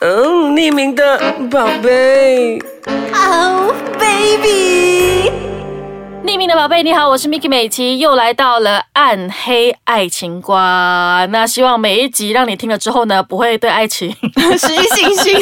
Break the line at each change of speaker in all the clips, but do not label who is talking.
嗯，匿名的宝贝。
Oh baby，
匿名的宝贝，你好，我是 Miki 美琪，又来到了暗黑爱情观。那希望每一集让你听了之后呢，不会对爱情
失去信 心。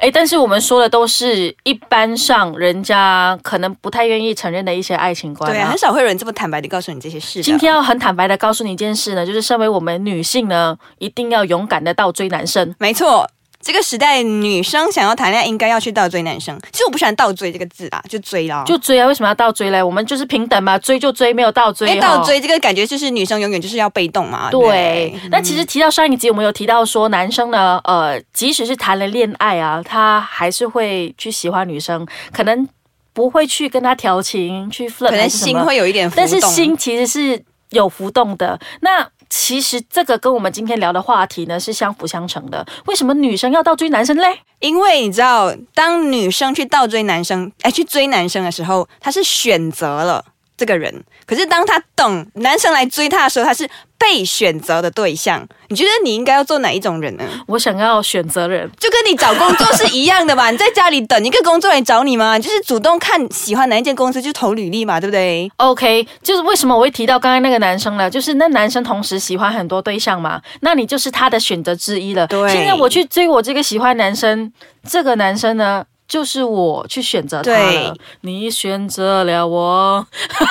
哎，但是我们说的都是一般上人家可能不太愿意承认的一些爱情观、
对啊，很少会有人这么坦白的告诉你这些事的。
今天要很坦白的告诉你一件事呢，就是身为我们女性呢，一定要勇敢的倒追男生。
没错，这个时代女生想要谈恋爱，应该要去倒追男生。其实我不喜欢“倒追”这个字啦，就追啦。
就追啊！为什么要倒追嘞？我们就是平等嘛，追就追，没有倒追、
因
哦。
为哎倒追这个感觉就是女生永远就是要被动嘛。不
对，
欸
那其
嗯
实提到上一集，我们有提到说，男生呢，呃，即使是谈了恋爱啊，他还是会去喜欢女生，可能不会去跟她调情，去 flirt，
可能
还是什
心
么
会有一点浮动，
但是心其实是有浮动的。那其实这个跟我们今天聊的话题呢是相辅相成的。为什么女生要倒追男生嘞？
因为你知道，当女生去倒追男生，哎，去追男生的时候，她是选择了这个人。可是当她等男生来追她的时候，她是被选择的对象。你觉得你应该要做哪一种人呢？
我想要选择人，
就跟你找工作是一样的嘛，你 在家里等一个工作来找你嘛，你就是主动看喜欢哪一间公司就投履历嘛，对不对？
OK，就是为什么我会提到刚才那个男生呢？就是那男生同时喜欢很多对象嘛，那你就是他的选择之一了。
对
现在我去追我这个喜欢男生，这个男生呢，就是我去选择他了
对。
你选择了我，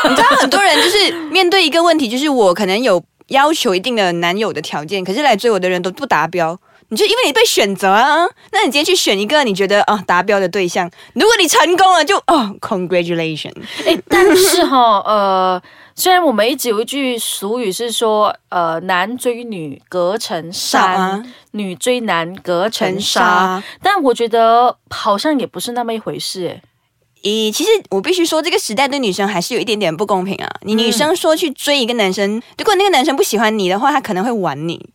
你知道很多人就是面对一个问题，就是我可能有要求一定的男友的条件，可是来追我的人都不达标。你就因为你被选择啊，那你今天去选一个你觉得啊、达标的对象，如果你成功了就哦，congratulation，
哎，但是哈， 呃，虽然我们一直有一句俗语是说，呃，男追女隔层
少
山
啊，，
女追男隔层
成
纱，
沙。
但我觉得好像也不是那么一回事、诶
咦，其实我必须说，这个时代对女生还是有一点点不公平啊。
嗯
你女生说去追一个男生，如果那个男生不喜欢你的话，他可能会玩你，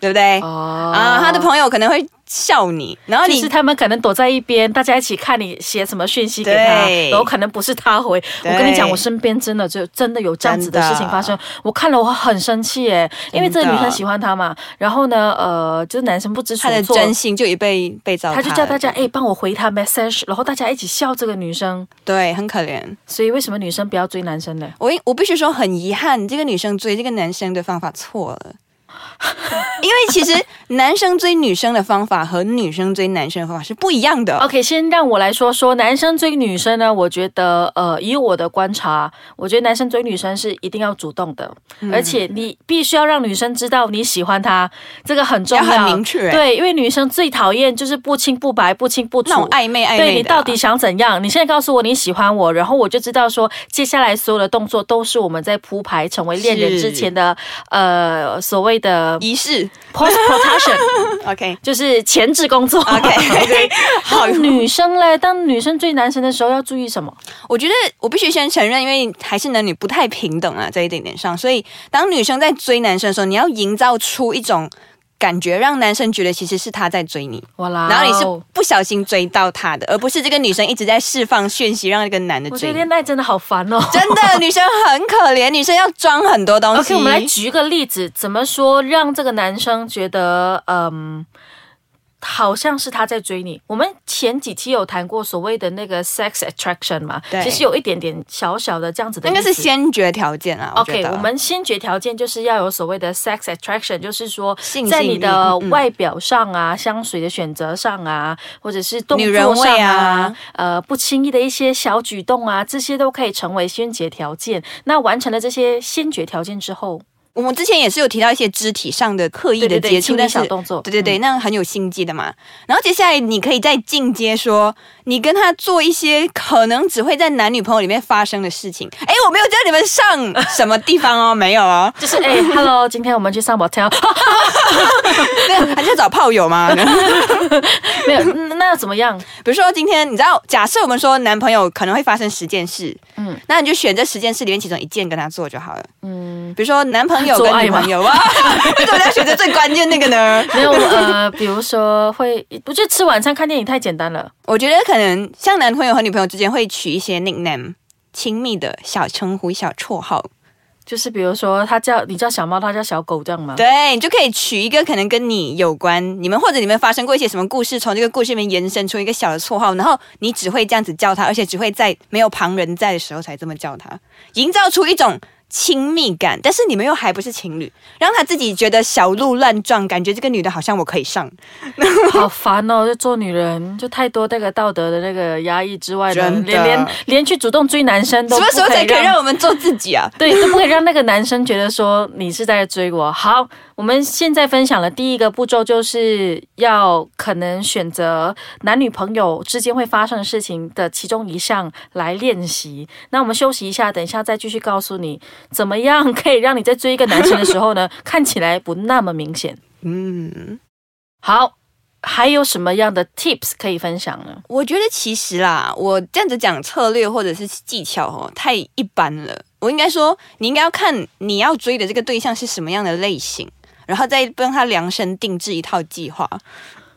对不对？
哦
啊，他的朋友可能会笑你，然后
就
你
啊是他们可能躲在一边，大家一起看你写什么讯息给他，
对
然后可能不是他回。我
对
跟你讲，我身边真的就真的有这样子的
真
事
的
情发生，我看了我很生气耶，因为这个女生喜欢他嘛，然后呢，呃，就是男生不知
他
所
的
措。
真心就已被被糟蹋
他
了，
就叫大家哎，帮我回他 message，然后大家一起笑这个女生。
对，很可怜。
所以为什么女生不要追男生呢？
我我必须说很遗憾，这个女生追这个男生的方法错 了，因为其实男生追女生的方法和女生追男生的方法是不一样的。
OK，先让我来说说男生追女生呢，我觉得呃，以我的观察，我觉得男生追女生是一定要主动的，
嗯
而且你必须要让女生知道你喜欢她，这个很重要，
要很明确
对，因为女生最讨厌就是不清不白、不清不楚
那种暧昧暧昧的啊
对你到底想怎样？你现在告诉我你喜欢我，然后我就知道说，接下来所有的动作都是我们在铺排成为恋人
是
之前的呃所谓的
仪 式
post protection，
，OK
就是前置工作。
OK OK，好
当女生嘞，当女生追男生的时候要注意什么？
我觉得我必须先承认，因为还是男女不太平等啊，在一点点上，所以当女生在追男生的时候，你要营造出一种感觉，让男生觉得其实是他在追你，
哇啦哦！
然后你是不小心追到他的，而不是这个女生一直在释放讯息让这个男的
我觉得
追你。
恋爱真的好烦哦。
真的，女生很可怜，女生要装很多东西。
OK，我们来举一个例子，怎么说让这个男生觉得嗯，好像是他在追你？我们前几期有谈过所谓的那个 sex attraction 嘛，
对
其实有一点点小小的这样子的
那
意思，
个是先决条件啊。觉
OK，
得
我们先决条件就是要有所谓的 sex attraction，就是说
性
在
吸
你
引力
的
嗯
外表上啊、香水的选择上啊，或者是动
女人
作上
味
啊
啊，
呃，不轻易的一些小举动啊，这些都可以成为先决条件。那完成了这些先决条件之后，
我们之前也是有提到一些肢体上的刻意
对
的
对对，
接触，
轻微
但是
小动作，
对对对，
嗯。
那很有心机的嘛。然后接下来你可以再进阶说，你跟他做一些可能只会在男女朋友里面发生的事情。哎，我没有叫你们上什么地方哦，没有哦，
就是哎、h e l l o 今天我们去上 motel，
那还是要找炮友 嘛。
没有，那那要怎么样？
比如说今天，你知道，假设我们说男朋友可能会发生十件事，
嗯
嗯，那你就选这十件事里面其中一件跟他做就好了。
嗯，
比如说男朋友
做爱
跟女朋友啊， 为什么要选择最关键那个呢？
没有，呃，比如说会，我觉得吃晚餐看电影太简单了。
我觉得可能像男朋友和女朋友之间会取一些 nickname，亲密的小称呼、小绰号。
就是比如说他叫你叫小猫，他叫小狗这样吗？
对你就可以取一个可能跟你有关，你们或者你们发生过一些什么故事，从这个故事里面延伸出一个小的绰号，然后你只会这样子叫他，而且只会在没有旁人在的时候才这么叫他，营造出一种亲密感。但是你们又还不是情侣，让他自己觉得小鹿乱撞，感觉这个女的好像我可以上，
好烦哦！就做女人，就太多那个道德的那个压抑之外呢，
真的
连连连去主动追男生都
什么时候
不
才可以让
让
我们做自己啊？
对，都不可以让那个男生觉得说你是在追我。好，我们现在分享的第一个步骤就是要可能选择男女朋友之间会发生的事情的其中一项来练习。那我们休息一下，等一下再继续告诉你怎么样可以让你在追一个男生的时候呢， 看起来不那么明显。
嗯，
好，还有什么样的 tips 可以分享呢？
我觉得其实啦，我这样子讲策略或者是技巧哦，太一般了。我应该说，你应该要看你要追的这个对象是什么样的类型，然后再帮他量身定制一套计划。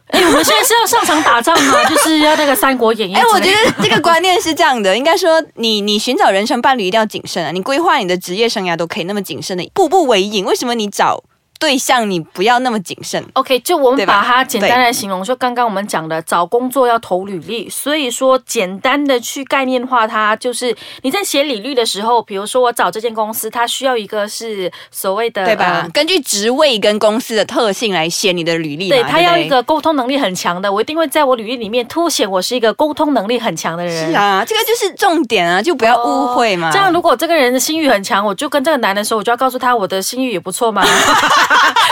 哎，我们现在是要上场打仗 吗？就是要那个《三国演义》？
哎，我 觉得这个观念是这样的，应该说你你寻找人生伴侣一定要谨慎啊，你规划你的职业生涯都可以那么谨慎的，步步为营。为什么你找对象你不要那么谨慎？
OK，就我们
对吧
把它简单来形容，就刚刚我们讲的，找工作要投履历，所以说简单的去概念化它，就是你在写履历的时候，比如说我找这间公司，它需要一个是所谓的
对吧？
呃
根据职位跟公司的特性来写你的履历嘛，
对
不
他要一个沟通能力很强的，我一定会在我履历里面凸显我是一个沟通能力很强的人。
是啊，这个就是重点啊，就不要误会嘛。
哦这样，如果这个人的性欲很强，我就跟这个男的说，我就要告诉他我的性欲也不错 嘛，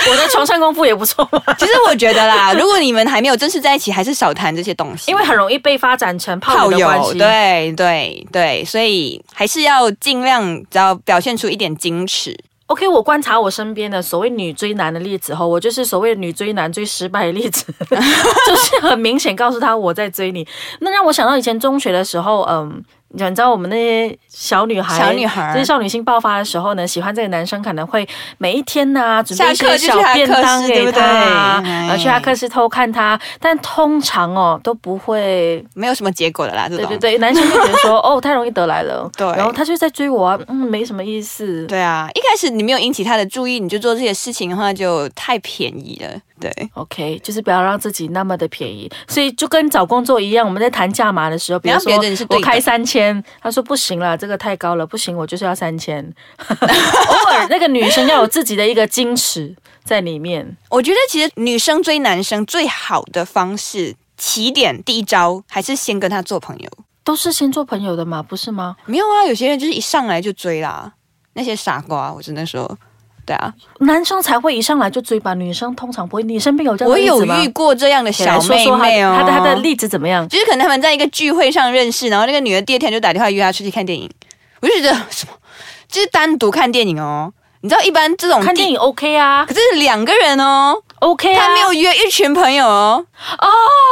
我的床上功夫也不错嘛，
其实我觉 得啦，如果你们还没有正式在一起，还是少谈这些东西，
因为很容易被发展成炮
炮
友的关
友，
系。
对对对，所以还是要尽量只要表现出一点矜持。
OK，我观察我身边的所谓女追男的例子后，我就是所谓女追男最失败的例子， 就是很明显告诉他我在追你。那让我想到以前中学的时候，嗯。你知道我们那些小女孩，
小女孩
就是少女心爆发的时候呢，喜欢这个男生可能会每一天呐、准备
下
一
课
些
就
小
去他
便
课
当
室对
给
不对
他啊，然后去他
哎
课室偷看他，但通常哦都不会
没有什么结果的啦，这
对
种
对对，男生就觉得说哦太容易得来了，
对
然后他就在追我啊，嗯没什么意思，
对啊，一开始你没有引起他的注意，你就做这些事情的话，就太便宜了。对，
OK，就是不要让自己那么的便宜，所以就跟找工作一样，我们在谈价码的时候，比如
你要
说
觉得你是对
我
的
开三千，他说不行了，这个太高了，不行，我就是要三 千。偶尔那个女生要有自己的一个矜持在里面，
我觉得其实女生追男生最好的方式，起点第一招还是先跟他做朋友。
都是先做朋友的嘛，不是吗？
没有啊，有些人就是一上来就追啦，那些傻瓜，我只能说，对啊，
男生才会一上来就追吧，女生通常不会。女生病有这样
我
的例子
有
吗
遇过这样的
来
小
说
妹
说她
妹哦，
她的她的例子怎么样？
就是可能他们在一个聚会上认识，然后那个女的第二天就打电话约她出去看电影，我就觉得什么，就是单独看电影哦，你知道一般这种
看电
地。
影 OK 啊
可是两个人哦，
，OK 啊，
他没有约一群朋友哦，
哦，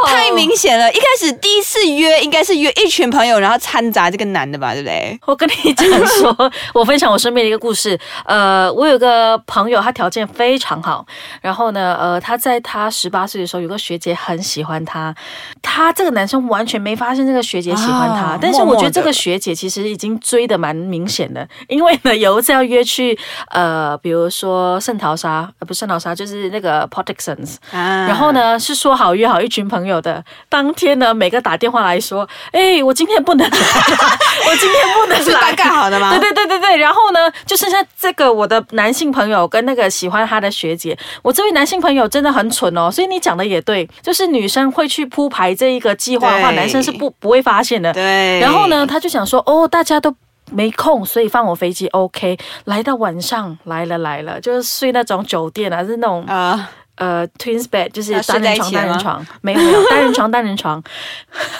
太明显了。一开始第一次约应该是约一群朋友，然后掺杂这个男的吧，对不对？
我跟你讲说，我分享我身边的一个故事。呃，我有个朋友，他条件非常好，然后呢，呃，他在他十八岁的时候，有个学姐很喜欢他，他这个男生完全没发现这个学姐喜欢他，
啊
但是我觉
默
得
默地
这个学姐其实已经追的蛮明显的，因为呢，有一次要约去，呃，比如说圣淘沙，呃，不是圣淘沙，就是那个 Portixons，
啊
然后？呢，是说好约好一群朋友的。当天呢，每个打电话来说：“哎、我今天不能来， 我今天不能
是
来
大。概好的”吗？
对对对对对，然后呢，就剩下这个我的男性朋友跟那个喜欢他的学姐。我这位男性朋友真的很蠢哦，所以你讲的也对，就是女生会去铺排这一个计划的话，
对
男生是不不会发现的。
对。
然后呢，他就想说，哦，大家都没空，所以放我飞机，OK。来到晚上，来了来了，就是睡那种酒店啊，是那种
啊、
呃，twins bed 就是
要
单
睡在
人
一
床，
起了
单人
吗
床，没有没有单人床，单人床，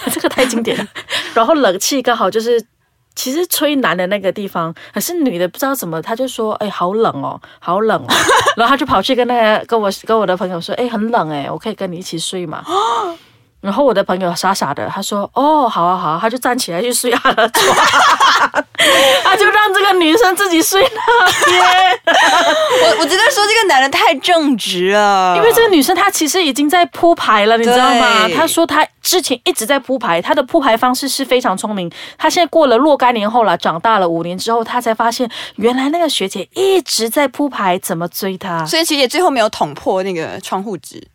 这个太经典了。 然后冷气刚好就是，其实吹男的那个地方，可是女的不知道怎么，她就说，哎，好冷哦，好冷 哦。
啊
然后她就跑去跟那个跟我跟我的朋友说，哎，很冷哎，我可以跟你一起睡嘛。然后我的朋友傻傻的，他说：“哦，好啊，好啊。”他就站起来去睡他的床， 他就让这个女生自己睡那边。
我我只能说这个男的太正直了，
因为这个女生她其实已经在铺排了，你知道吗？
对
她说她之前一直在铺排，她的铺排方式是非常聪明。她现在过了若干年后了，长大了五年之后，她才发现原来那个学姐一直在铺排怎么追她。
所以学姐最后没有捅破那个窗户纸。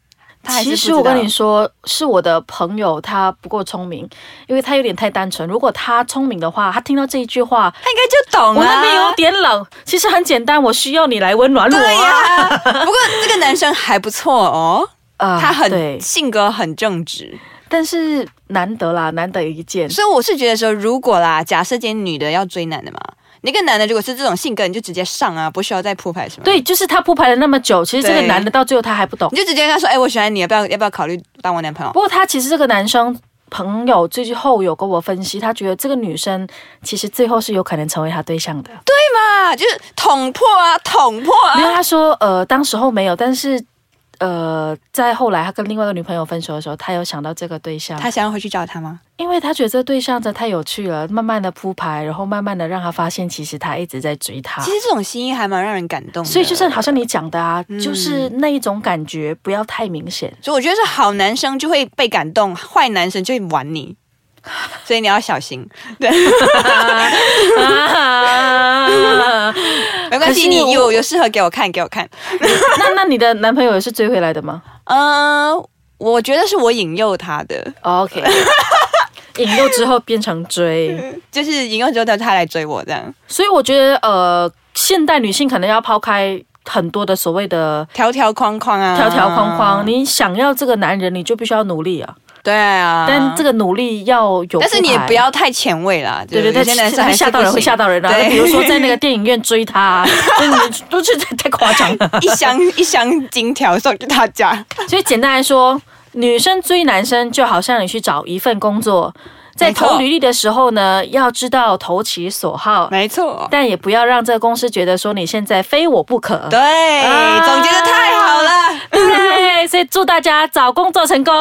她还是
其
不知
实
道
我跟你，说，是我的朋友她不够聪明，因为她有点太单纯。如果她聪明的话，她听到这一句话，啊
她应该就懂了、
我那边 有点冷，其实很简单，我需要你来温暖我
对
啊。
呀、不过这个男生还不错哦，
啊
他
对
很，性格很正直，
但是难得啦，难得一见。
所以我是觉得说，如果啦，假设今天女的要追男的嘛，那个男的如果是这种性格，你就直接上啊，不需要再铺排什么。
对，就是他铺排了那么久，其实这个
对
男的到最后他还不懂。
你就直接跟他说，哎、我喜欢你，要不要要不要考虑当我男朋友
不？过他其实这个男生朋友最后有跟我分析，他觉得这个女生其实最后是有可能成为他对象的。对，
啊，就是捅破啊，捅破啊
没，有，他说呃，当时候没有，但是呃，在后来他跟另外一个女朋友分手的时候，他有想到这个对象，
他想要回去找他吗？
因为他觉得这个对象真的太有趣了，慢慢的铺排，然后慢慢的让他发现，其实他一直在追他
其。实这种心意还蛮让人感动的，
啊所以就是好像你讲的啊，
嗯
就是那一种感觉，不要太明显。
所以我觉得是好男生就会被感动，坏男生就会玩 你，所以你要小心。对，没关
可是
系，你
我
有有适合给我看，给我看。
那那你的男朋友也是追回来的吗
嗯、我觉得是我引诱他的，
？OK，引诱之后变成追，
就是引诱之后他他来追我这样，
所以我觉得呃，现代女性可能要抛开很多的所谓的
条条框框啊，
条条框框，。你想要这个男人，你就必须要努力啊，
对啊，
但这
个，
个努力要有，
但是你也不。要太前卫啦，
对对
对，
对，
有些男生还
会
是
吓到人，
不
会
行
吓到人啊！
对
比如说在那个电影院追他啊，真的都是太太夸张了。
一箱一箱金条送给大家，
所以简单来说，女生追男生就好像你去找一份工作，在
没错
投履历的时候呢，要知道投其所好，
没错，
但也不要让这个公司觉得说你现在非我不可。
对，
啊
总结的太好了。
对，所以祝大家找工作成功。